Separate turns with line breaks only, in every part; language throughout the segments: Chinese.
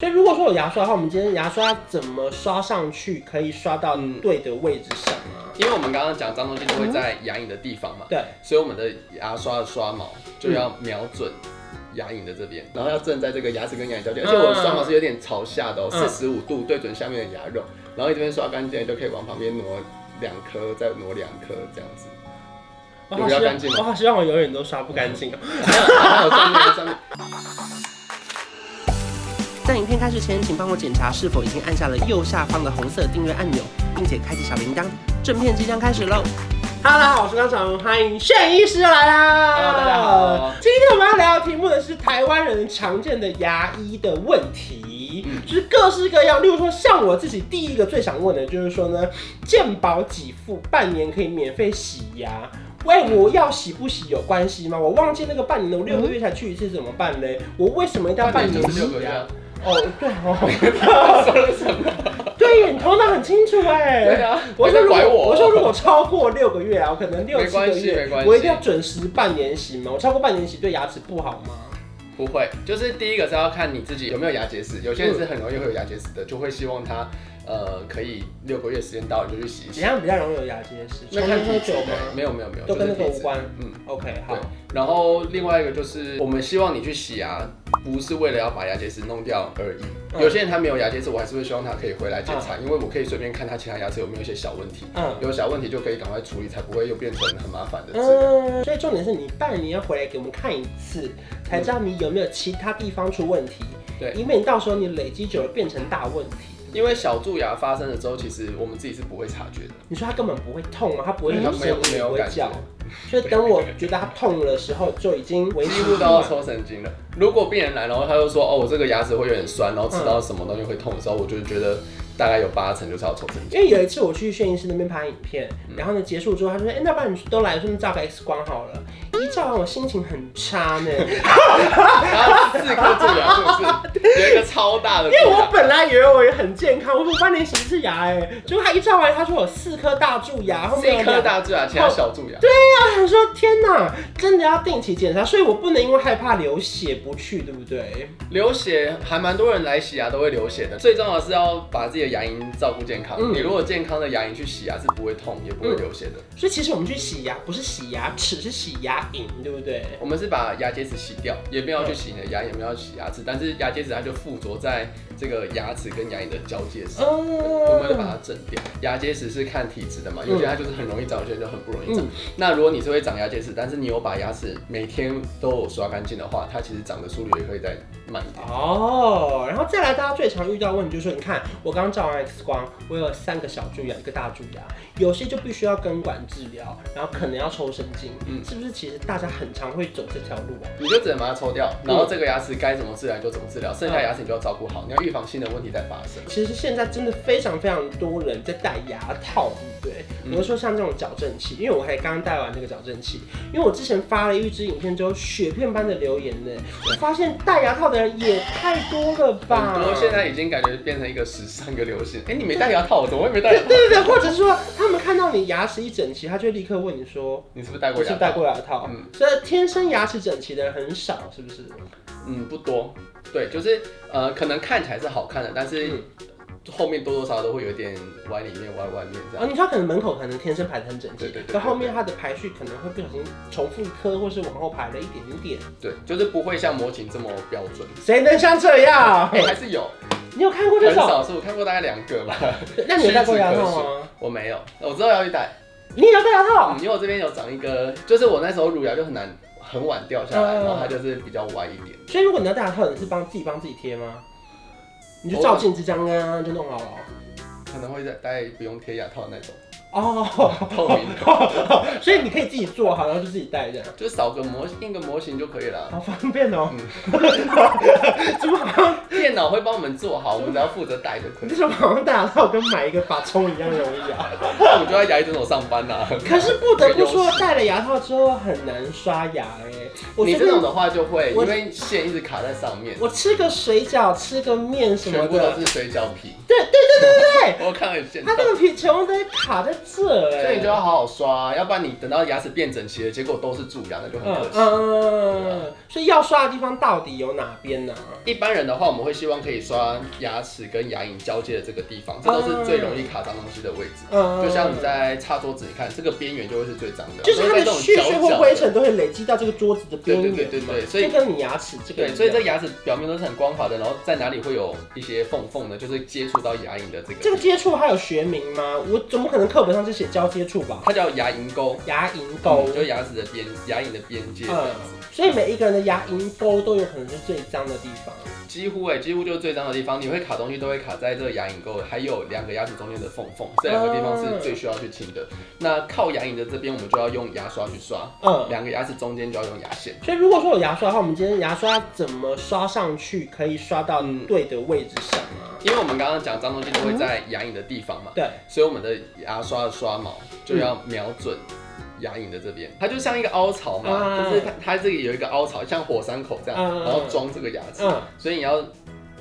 所以如果说有牙刷的话，我们今天牙刷怎么刷上去可以刷到
嗯
对的位置上啊？
因为我们刚刚讲脏东西都会在牙龈的地方嘛，
对，
所以我们的牙刷的刷毛就要瞄准牙龈的这边，然后要正在这个牙齿跟牙龈交界，而且我的刷毛是有点朝下的哦，
嗯
四十五度对准下面的牙肉，然后你这边刷干净了就可以往旁边挪两颗，再挪两颗这样子。
我
有
好
比较
希
干净吗
望，我好希望我永远都刷不干净哦。
还有上面上面，
在影片开始前，请帮我检查是否已经按下了右下方的红色订阅按钮，并且开启小铃铛。正片即将开始喽！Hello，大家好，我是高长荣，欢迎炫医师来啦
Hello，大家好
今天我们要聊的题目呢是台湾人常见的牙医的问题，
嗯
就是各式各样。例如说，像我自己第一个最想问的就是说呢，健保给付半年可以免费洗牙。喂，我要洗不洗有关系吗？我忘记那个半年了，我六个月才去一次，怎么办呢？我为什么一定要半年洗
就是六个月
牙
啊？
哦，对哦，
说了什么？
对，你头脑很清楚哎。
对啊
我说如
你在拐
果
我
我说如果超过六个月啊，我可能六
没
七个
关系
月
没关，系
我一定要准时半年洗嘛。我超过半年洗对牙齿不好吗？
不会，就是第一个是要看你自己有没有牙结石，有些人是很容易会有牙结石的，就会希望他呃可以六个月时间到你就去洗一
怎
洗。
样比较容易有牙结石？
那
常
看
常喝
体质
酒
对
吗？
没有没有没有，
都跟
就
那
是
个
体
无
质
关。
嗯，
OK，好
对，。然后另外一个就是，我们希望你去洗牙，不是为了要把牙结石弄掉而已。
嗯
有些人他没有牙结石，我还是会希望他可以回来检查，因为我可以随便看他其他牙齿有没有一些小问题，
嗯
有小问题就可以赶快处理，才不会又变成很麻烦的事。
嗯，所以重点是你半年要回来给我们看一次，才知道你有没有其他地方出问题。
嗯对
以免到时候你累积久了变成大问题。
因为小蛀牙发生了之后，其实我们自己是不会察觉的，
你说它根本不会痛吗？它不会
嗯
有
它没有
声音，
没有
不会
感觉
叫。所以等我觉得它痛的时候，就已经为
几
时
乎
已
都要
晚。
抽神经了。如果病人来，然后他就说，哦，我这个牙齿会有点酸，然后吃
嗯
到什么东西会痛的时候，我就觉得大概有八成就是要抽神经。
因为有一次我去炫医师那边拍影片，
嗯
然后呢结束之后，他说：“哎、那不然你都来，顺便照个 X 光好了。”一照完我心情很差呢，因
然后四颗蛀牙 是不是有一个超大的蛀
为我
牙？
本来以为我也很健康，我说我半年洗一次牙哎、结果他一照完，他说我四颗大蛀牙，后
是
面
一
有
颗
两
大蛀牙，其他小蛀牙。
对呀、我说天哪，真的要定期检查，所以我不能因为害怕流血不去，对不对？
流血还蛮多人来洗牙都会流血的，最重要的是要把自己的牙龈照顾健康。
嗯
你如果健康的牙龈去洗牙是不会痛也不会流血的。
所以其实我们去洗牙不是洗牙齿，是洗牙龈，对不对？
我们是把牙结石洗掉，也没有要
嗯
去洗你的牙，也没有要洗牙齿，但是牙结石它就附着在这个牙齿跟牙龈的交界上。我们就把
嗯，
它整掉。牙结石是看体质的嘛，有些人他就是很容易长，有些人就很不容易长。
嗯
那如果你是会长牙结石，但是你有把牙齿每天都有刷干净的话，它其实长的速率也可以再慢一点。
哦，然后再来，大家最常遇到的问题就是说，你看我刚照完 X 光，我有三个小蛀牙，一个大蛀牙，有些就必须要根管治疗，然后可能要抽神经，
嗯
是不是？其实大家很常会走这条路啊。
你就只能把它抽掉，然后这个牙齿该怎么治疗就怎么治疗，
嗯
剩下牙齿你就要照顾好，你要预防新的问题再发生。
其实现在真的非常非常多人在戴牙套，对不对？
嗯
比如说像这种矫正器，因为我还刚戴完那个矫正器，因为我之前发了一支影片之后，雪片般的留言呢，我发现戴牙套的人也太多了吧？
嗯很多现在已经感觉变成一个时尚一个流行。哎、你没戴牙套，我怎么会没戴牙
对 对
套？
对，或者是说他们看到你牙齿一整齐，他就立刻问你说。
你是不是戴过
就是
牙套？
戴过牙套，
嗯
所以天生牙齿整齐的人很少，是不是？
嗯，不多。对，就是呃，可能看起来是好看的，但是
嗯
后面多多少少都会有一点歪里面歪外面这样
然。后哦你说他可能门口可能天生排的很整齐
对对对，对
可后面他的排序可能会不小心重复一颗，或是往后排了一点点，
对，就是不会像模型这么标准。
谁能像这样？
哎、还是有，
你有看过这
很
种？
少数，我看过大概两个吧。
那你有戴过牙套吗？
我没有，我知道要去戴，
你也有戴牙套？
嗯，因为我这边有长一个，就是我那时候乳牙就很难很晚掉下来，
嗯
然后它就是比较歪一点。
所以如果你要戴牙套，你是帮自己帮自己贴吗？你就照镜子这样啊，就弄好了哦。
可能会再戴不用贴牙套的那种
哦，
透明的，
所以你可以自己做好，然后就自己戴这样，
就少个模印个模型就可以了。
好方便哦。
嗯
怎么好像
电脑会帮我们做好，我们只要负责戴就可以
你。怎么好像戴牙套跟买一个把葱一样容易啊？
那我就在牙医诊所上班啦、
可是不得不说，戴了牙套之后很难刷牙哎、我
你
随
这种
便
的话就会，因
我
为线一直卡在上面，
我吃个水饺、吃个面什么
全部都
的，
是水饺皮。
对对对对对，
我看了线。
它那个皮全部都卡在这哎、
所以你就要好好刷、要不然你等到牙齿变整齐了，结果都是蛀牙，那就很
嗯
可惜。
嗯，所以要刷的地方到底有哪边呢、
一般人的话，我们会希望可以刷牙齿跟牙龈交界的这个地方，这都是最容易卡脏东西的位置。
嗯
就像你在擦桌子，你看这个边缘就会是最脏的，
就是它
所以
的
在这种
血
角
水或
角
灰尘都会累积到这个桌子的边
对
缘
对
嘛，
对对对，所以
就跟你牙齿这个一
对，
样，
所以这牙齿表面都是很光滑的，然后在哪里会有一些缝缝呢？就是接触到牙龈的这个，
这个接触还有学名吗？我怎么可能课本上是写交接触吧？
它叫牙龈沟，
牙龈沟，嗯
嗯就牙齿的边牙龈的边界这样子。
所以每一个人的牙龈沟都有可能是最脏的地方。
几乎哎、几乎就是最脏的地方，你会卡东西都会卡在这个牙龈沟，还有两个牙齿中间的缝缝，这两个地方是最需要去清的。那靠牙龈的这边，我们就要用牙刷去刷，
嗯，
两个牙齿中间就要用牙线。
所以如果说有牙刷的话，我们今天牙刷怎么刷上去可以刷到对的位置上啊？
因为我们刚刚讲脏东西都会在牙龈的地方嘛，
对，
所以我们的牙刷的刷毛就要瞄准牙龈的这边，它就像一个凹槽嘛，
嗯
就是它它这里有一个凹槽，像火山口这样，
嗯
然后装这个牙齿，
嗯，
所以你要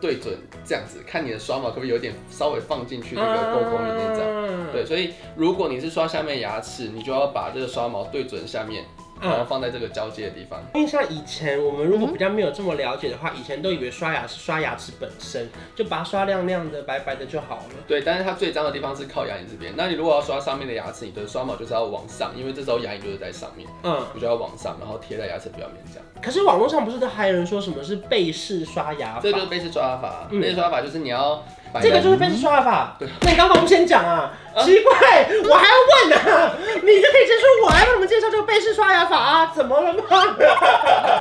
对准这样子，看你的刷毛可不可以有点稍微放进去这个沟缝里面这样。
样
对，所以如果你是刷下面牙齿，你就要把这个刷毛对准下面，然后
嗯，
放在这个交接的地方。
因为像以前我们如果比较没有这么了解的话，以前都以为刷牙是刷牙齿本身，就把它刷亮亮的、白白的就好了。
对，但是它最脏的地方是靠牙龈这边。那你如果要刷上面的牙齿，你的刷毛就是要往上，因为这时候牙龈就是在上面，
嗯，
你就要往上，然后贴在牙齿表面这样。
可是网络上不是都还有人说什么是背式刷牙法
这？就是背式刷法。
嗯
背式刷法就是你要摆在
这个就是背式刷牙法
对。
那你刚刚不先讲啊？奇怪，我还要问呢、你就可以先说我来为什么介绍这个背式刷牙法啊？怎么了 吗？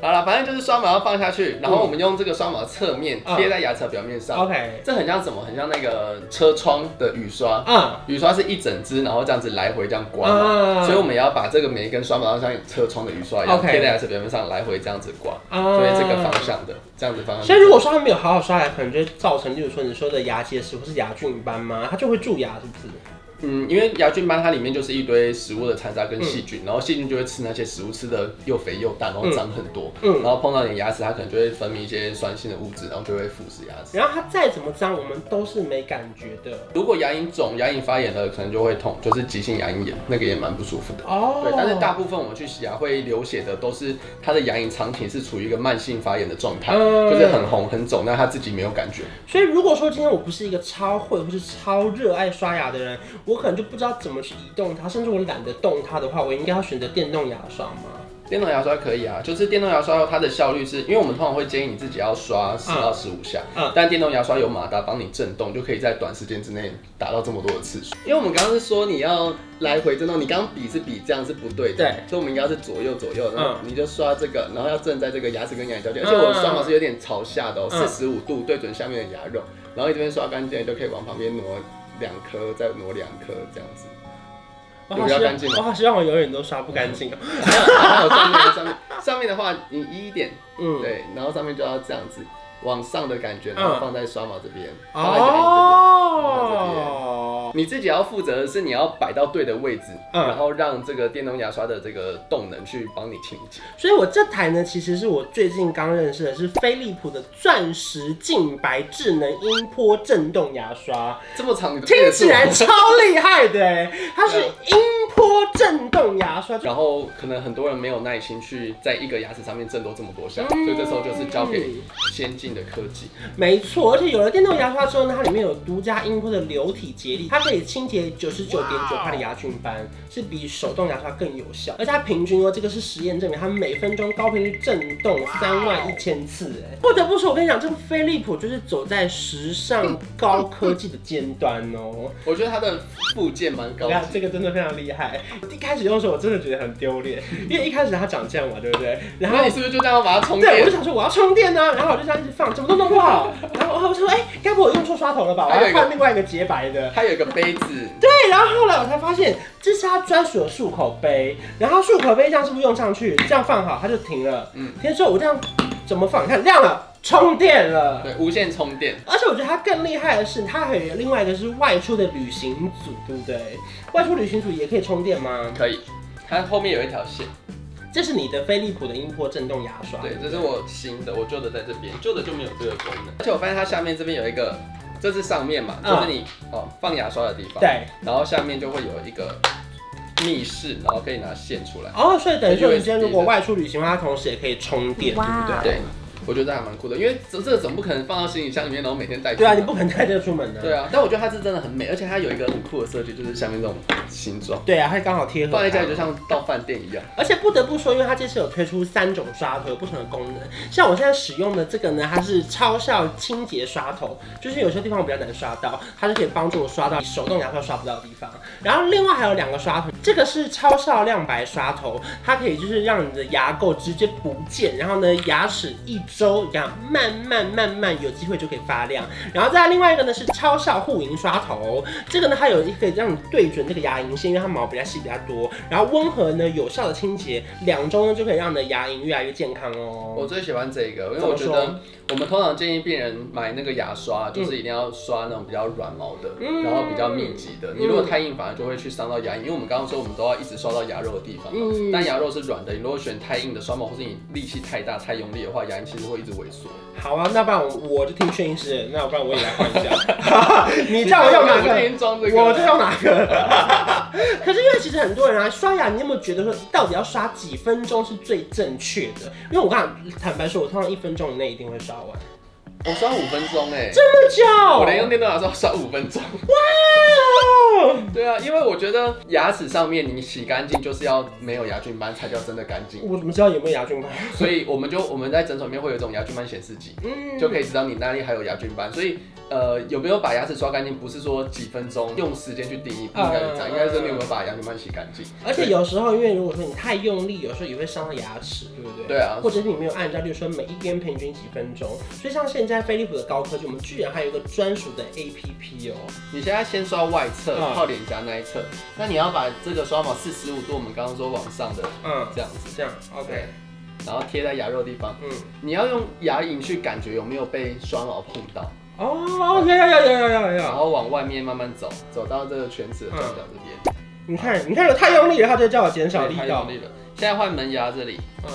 好了，反正就是刷毛要放下去，然后我们用这个刷毛的侧面
嗯
贴在牙齿的表面上。
OK，
这很像什么？很像那个车窗的雨刷。
嗯
雨刷是一整只，然后这样子来回这样刮嘛。
嗯，
所以我们也要把这个每一根刷毛像车窗的雨刷一样
OK
贴在牙齿表面上来回这样子刮，
啊
所以这个方。向的这样子方向。
所以如果说他没有好好刷牙，可能就会造成，例如说你说的牙结石或是牙菌斑嘛，它就会蛀牙，是不是？
嗯，因为牙菌斑它里面就是一堆食物的残渣跟细菌，然后细菌就会吃那些食物，吃的又肥又大，然后长很多，
嗯嗯
然后碰到你牙齿，它可能就会分泌一些酸性的物质，然后就会腐蚀牙齿。
然后它再怎么脏，我们都是没感觉的。
如果牙龈肿、牙龈发炎了，可能就会痛，就是急性牙龈炎，那个也蛮不舒服的。
哦，
对，但是大部分我们去洗牙会流血的都是它的牙龈长期是处于一个慢性发炎的状态，
嗯
就是很红很肿，但它自己没有感觉。
所以如果说今天我不是一个超会或是超热爱刷牙的人，我可能就不知道怎么去移动它，甚至我懒得动它的话，我应该要选择电动牙刷吗？
电动牙刷可以啊，就是电动牙刷它的效率是，因为我们通常会建议你自己要刷十到十五下，
嗯
但电动牙刷有马达帮你震动，就可以在短时间之内达到这么多的次数。因为我们刚刚是说你要来回震动，你刚刚比是比这样是不对的，
对
所以我们应该是左右左右，
嗯
然后你就刷这个，然后要震在这个牙齿跟牙龈交界，
嗯
而且我的刷毛是有点朝下的哦，
嗯
四十五度对准下面的牙肉，然后你这边刷干净，你就可以往旁边挪两颗，再挪两颗这样子。
我
有
好
比较
希望
干净吗
我好希望我永远都刷不干净哦。
还有上面上面上面的话，你一点。
嗯，
对，然后上面就要这样子往上的感觉，然后放在刷毛这边，
嗯
放在牙龈这边。
哦，
你自己要负责的是你要摆到对的位置，
嗯
然后让这个电动牙刷的这个动能去帮你清洁。
所以我这台呢，其实是我最近刚认识的，是飞利浦的钻石净白智能音波震动牙刷。
这么 长，你都记
听
得住
起来超厉害的哎，它是音波震动牙刷，就
然后可能很多人没有耐心去在一个牙齿上面震动这么多下，
嗯
所以这时候就是交给先进的科技。
没错。而且有了电动牙刷之后呢，它里面有独家音波的流体节力，它可以清洁九十九点九帕的牙菌斑，是比手动牙刷更有效。而且它平均哦，这个是实验证明，它每分钟高频率震动三万一千次哎。不得不说，我跟你讲，这个飞利浦就是走在时尚高科技的尖端哦。
我觉得它的附件蛮高
我看
级，
这个真的非常厉害。一开始用的时候，我真的觉得很丢脸，因为一开始它长这样嘛，对不对？然后
那你是不是就这样把它充
对，我
电
就？想说我要充电呢、然后我就这样一直放，怎么都弄不 好。然后我想说，哎、该不会我用错刷头了吧？我
还有
要
一个
换另外一个洁白的。
它有一个杯子，
哎对，然后后来我才发现这是它专属的漱口杯，然后漱口杯这样是不是用上去，这样放好它就停了。
嗯
嗯，停了之后我这样怎么放？你看亮了，充电了。
对，无线充电。
而且我觉得它更厉害的是，它还有另外一个是外出的旅行组，对不对？外出旅行组也可以充电吗？
可以，它后面有一条线。
这是你的飞利浦的音波震动牙刷。
对，这是我新的，我旧的在这边，旧的就没有这个功能。而且我发现它下面这边有一个，这是上面嘛，
嗯
就是你、哦放牙刷的地方，
对。
然后下面就会有一个密室，然后可以拿线出来。
哦，所以等于说，你今天如果外出旅行的话，它同时也可以充电，对不对？
对，我觉得这还蛮酷的，因为这这个总不可能放到行李箱里面，然后每天带去
对啊，
嘛。
你不可能带这个出门的、
对啊，但我觉得它是真的很美，而且它有一个很酷的设计，就是下面这种形状，
对啊，它刚好贴合它。
放在家里就像到饭店一样。
而且不得不说，因为它这次有推出三种刷头，有不同的功能。像我现在使用的这个呢，它是超效清洁刷头，就是有些地方比较难刷到，它就可以帮助我刷到手动牙刷刷不到的地方。然后另外还有两个刷头，这个是超效亮白刷头，它可以就是让你的牙垢直接不见，然后呢牙齿一周这样慢慢慢慢有机会就可以发亮。然后再来另外一个呢是超效护龈刷头，这个呢它有一个让你对准这个牙龈线，因为它毛比较细比较多，然后温和呢有效的清洁，两周呢就可以让你的牙龈越来越健康
我
哦。
最喜欢这个，因为
怎么
我觉
说嗯
得我们通常建议病人买那个牙刷，就是一定要刷那种比较软毛的，然后比较密集的。你如
嗯
果太硬，反而就会去伤到牙龈，因为我们刚刚说我们都要一直刷到牙肉的地方嘛。
嗯
但牙肉是软的，你如果选太硬的刷毛，或是你力气太大、太用力的话，牙龈其实会一直萎缩。
好啊，那不然我我就听薛医师的，那不然我也来换一下。 你叫我用哪
我今
个？
天装这个，
我就用哪个。可是因为其实很多人啊，刷牙，你有没有觉得说，到底要刷几分钟是最正确的？因为我刚刚坦白说，我通常一分钟以内一定会刷完。
我刷五分钟哎、
这么久？
我连用电动牙刷刷五分钟。
哇哦！
对啊，因为我觉得牙齿上面你洗干净就是要没有牙菌斑才叫真的干净，
我怎么知道有没有牙菌斑？
所以我们就我们在诊所里面会有一种牙菌斑显示机，
嗯
就可以知道你哪里还有牙菌斑。所以呃，有没有把牙齿刷干净，不是说几分钟用时间去定义，不应该是这
嗯
样，应该是你有没有把牙菌斑洗干净。
而且有时候，因为如果说你太用力，有时候也会伤到牙齿，对不对？
对啊
或者是你没有按照，例如说每一边平均几分钟。所以像现在飞利浦的高科技，我们居然还有一个专属的 APP 哦。
你现在先刷外侧，
嗯
靠脸颊那一侧，那你要把这个刷毛四十五度，我们刚刚说往上的
嗯，
这样子，
这样 OK。
然后贴在牙肉地方，
嗯，
你要用牙龈去感觉有没有被刷毛碰到。
哦，有有有有有有
然
有。
后往外面慢慢走，走到这个犬
嗯
齿的转角这边，
你看，你看，有太用力了，它就叫我减少力
对太
道
用。力了。现在换门牙这里，
嗯，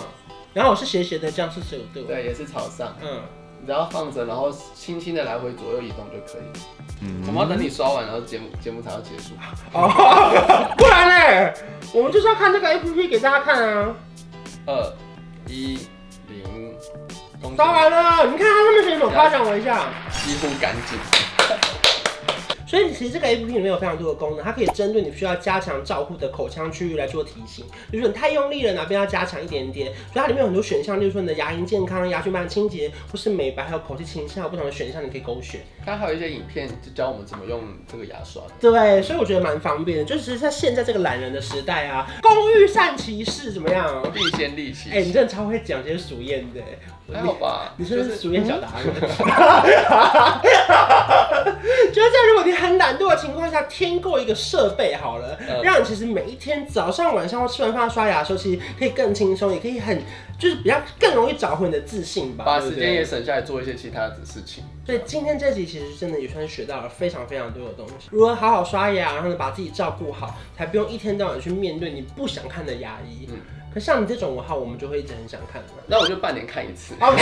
然后我是斜斜的，这样是十五度。
对，也是朝上，
嗯，
你只要放着，然后轻轻的来回左右移动就可以。我们要等你刷完，然后节目节目才要结束。
哦， 不然嘞，我们就是要看这个 APP 给大家看啊。
二一零，恭喜
刷完了，你看它上面写什么？夸奖我一下。
几乎干净。
所以其实这个 A P P 里面有非常多的功能，它可以针对你需要加强照护的口腔区域来做提醒，比如说你太用力了，哪边要加强一点点。所以它里面有很多选项，例如说你的牙龈健康、牙菌斑清洁，或是美白，还有口气清新，还有不同的选项你可以勾选。
它还有一些影片就教我们怎么用这个牙刷。
对，所以我觉得蛮方便的。就是在现在这个懒人的时代啊，工欲善其事怎么样？
必先利器，
哎、你真的超会讲这些俗谚的，
还好吧？
你
就
真的是嗯
是
俗谚小达人。 就是在如果你很懒惰的情况下，添购一个设备好了，
嗯
让你其实每一天早上、晚上或吃完饭刷牙的时候，其实可以更轻松，也可以很就是比较更容易找回你的自信吧，
把
对不
时
对
间也省下来做一些其他的事情。
所以今天这集其实真的也算是学到了非常非常多的东西，如何好好刷牙，然后呢把自己照顾好，才不用一天到晚去面对你不想看的牙医。
嗯
可像你这种的话，我们就会一直很想看了。
那我就半年看 一次。
OK，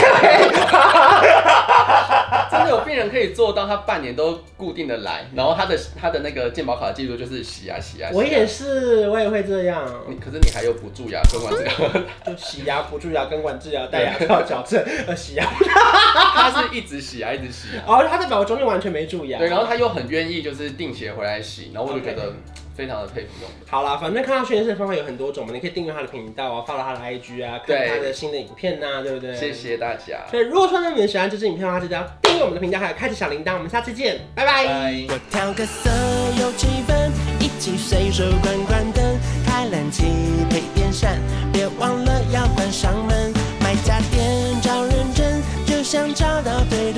真的有病人可以做到，他半年都固定的来，然后他的他的那个健保卡记录就是洗啊洗啊。洗啊
我也是，我也会这样，
你可是你还有补蛀牙、根管治疗，
就洗牙、辅助牙、根管治疗、戴牙套、矫正、呃洗 牙，
他是一直洗啊，一直洗啊。
然后他代表我中间完全没蛀牙。
对，然后他又很愿意就是定期地回来洗，然后我就觉得非常的佩服这种人。
好啦，反正看到薛医师的方法有很多种嘛，你可以订阅他的频道啊，follow 他的 IG 啊，看
对
他的新的影片呐、对不对？
谢谢大家，
所以如果说呢你们喜欢这支影片的话，记得要订阅我们的频道，还有开启小铃铛。我们下次见，拜拜。
拜。
我调个色有气氛，一起随手关关灯，开冷气配电扇，别忘了要关上门。买家电找认真，就像找到对的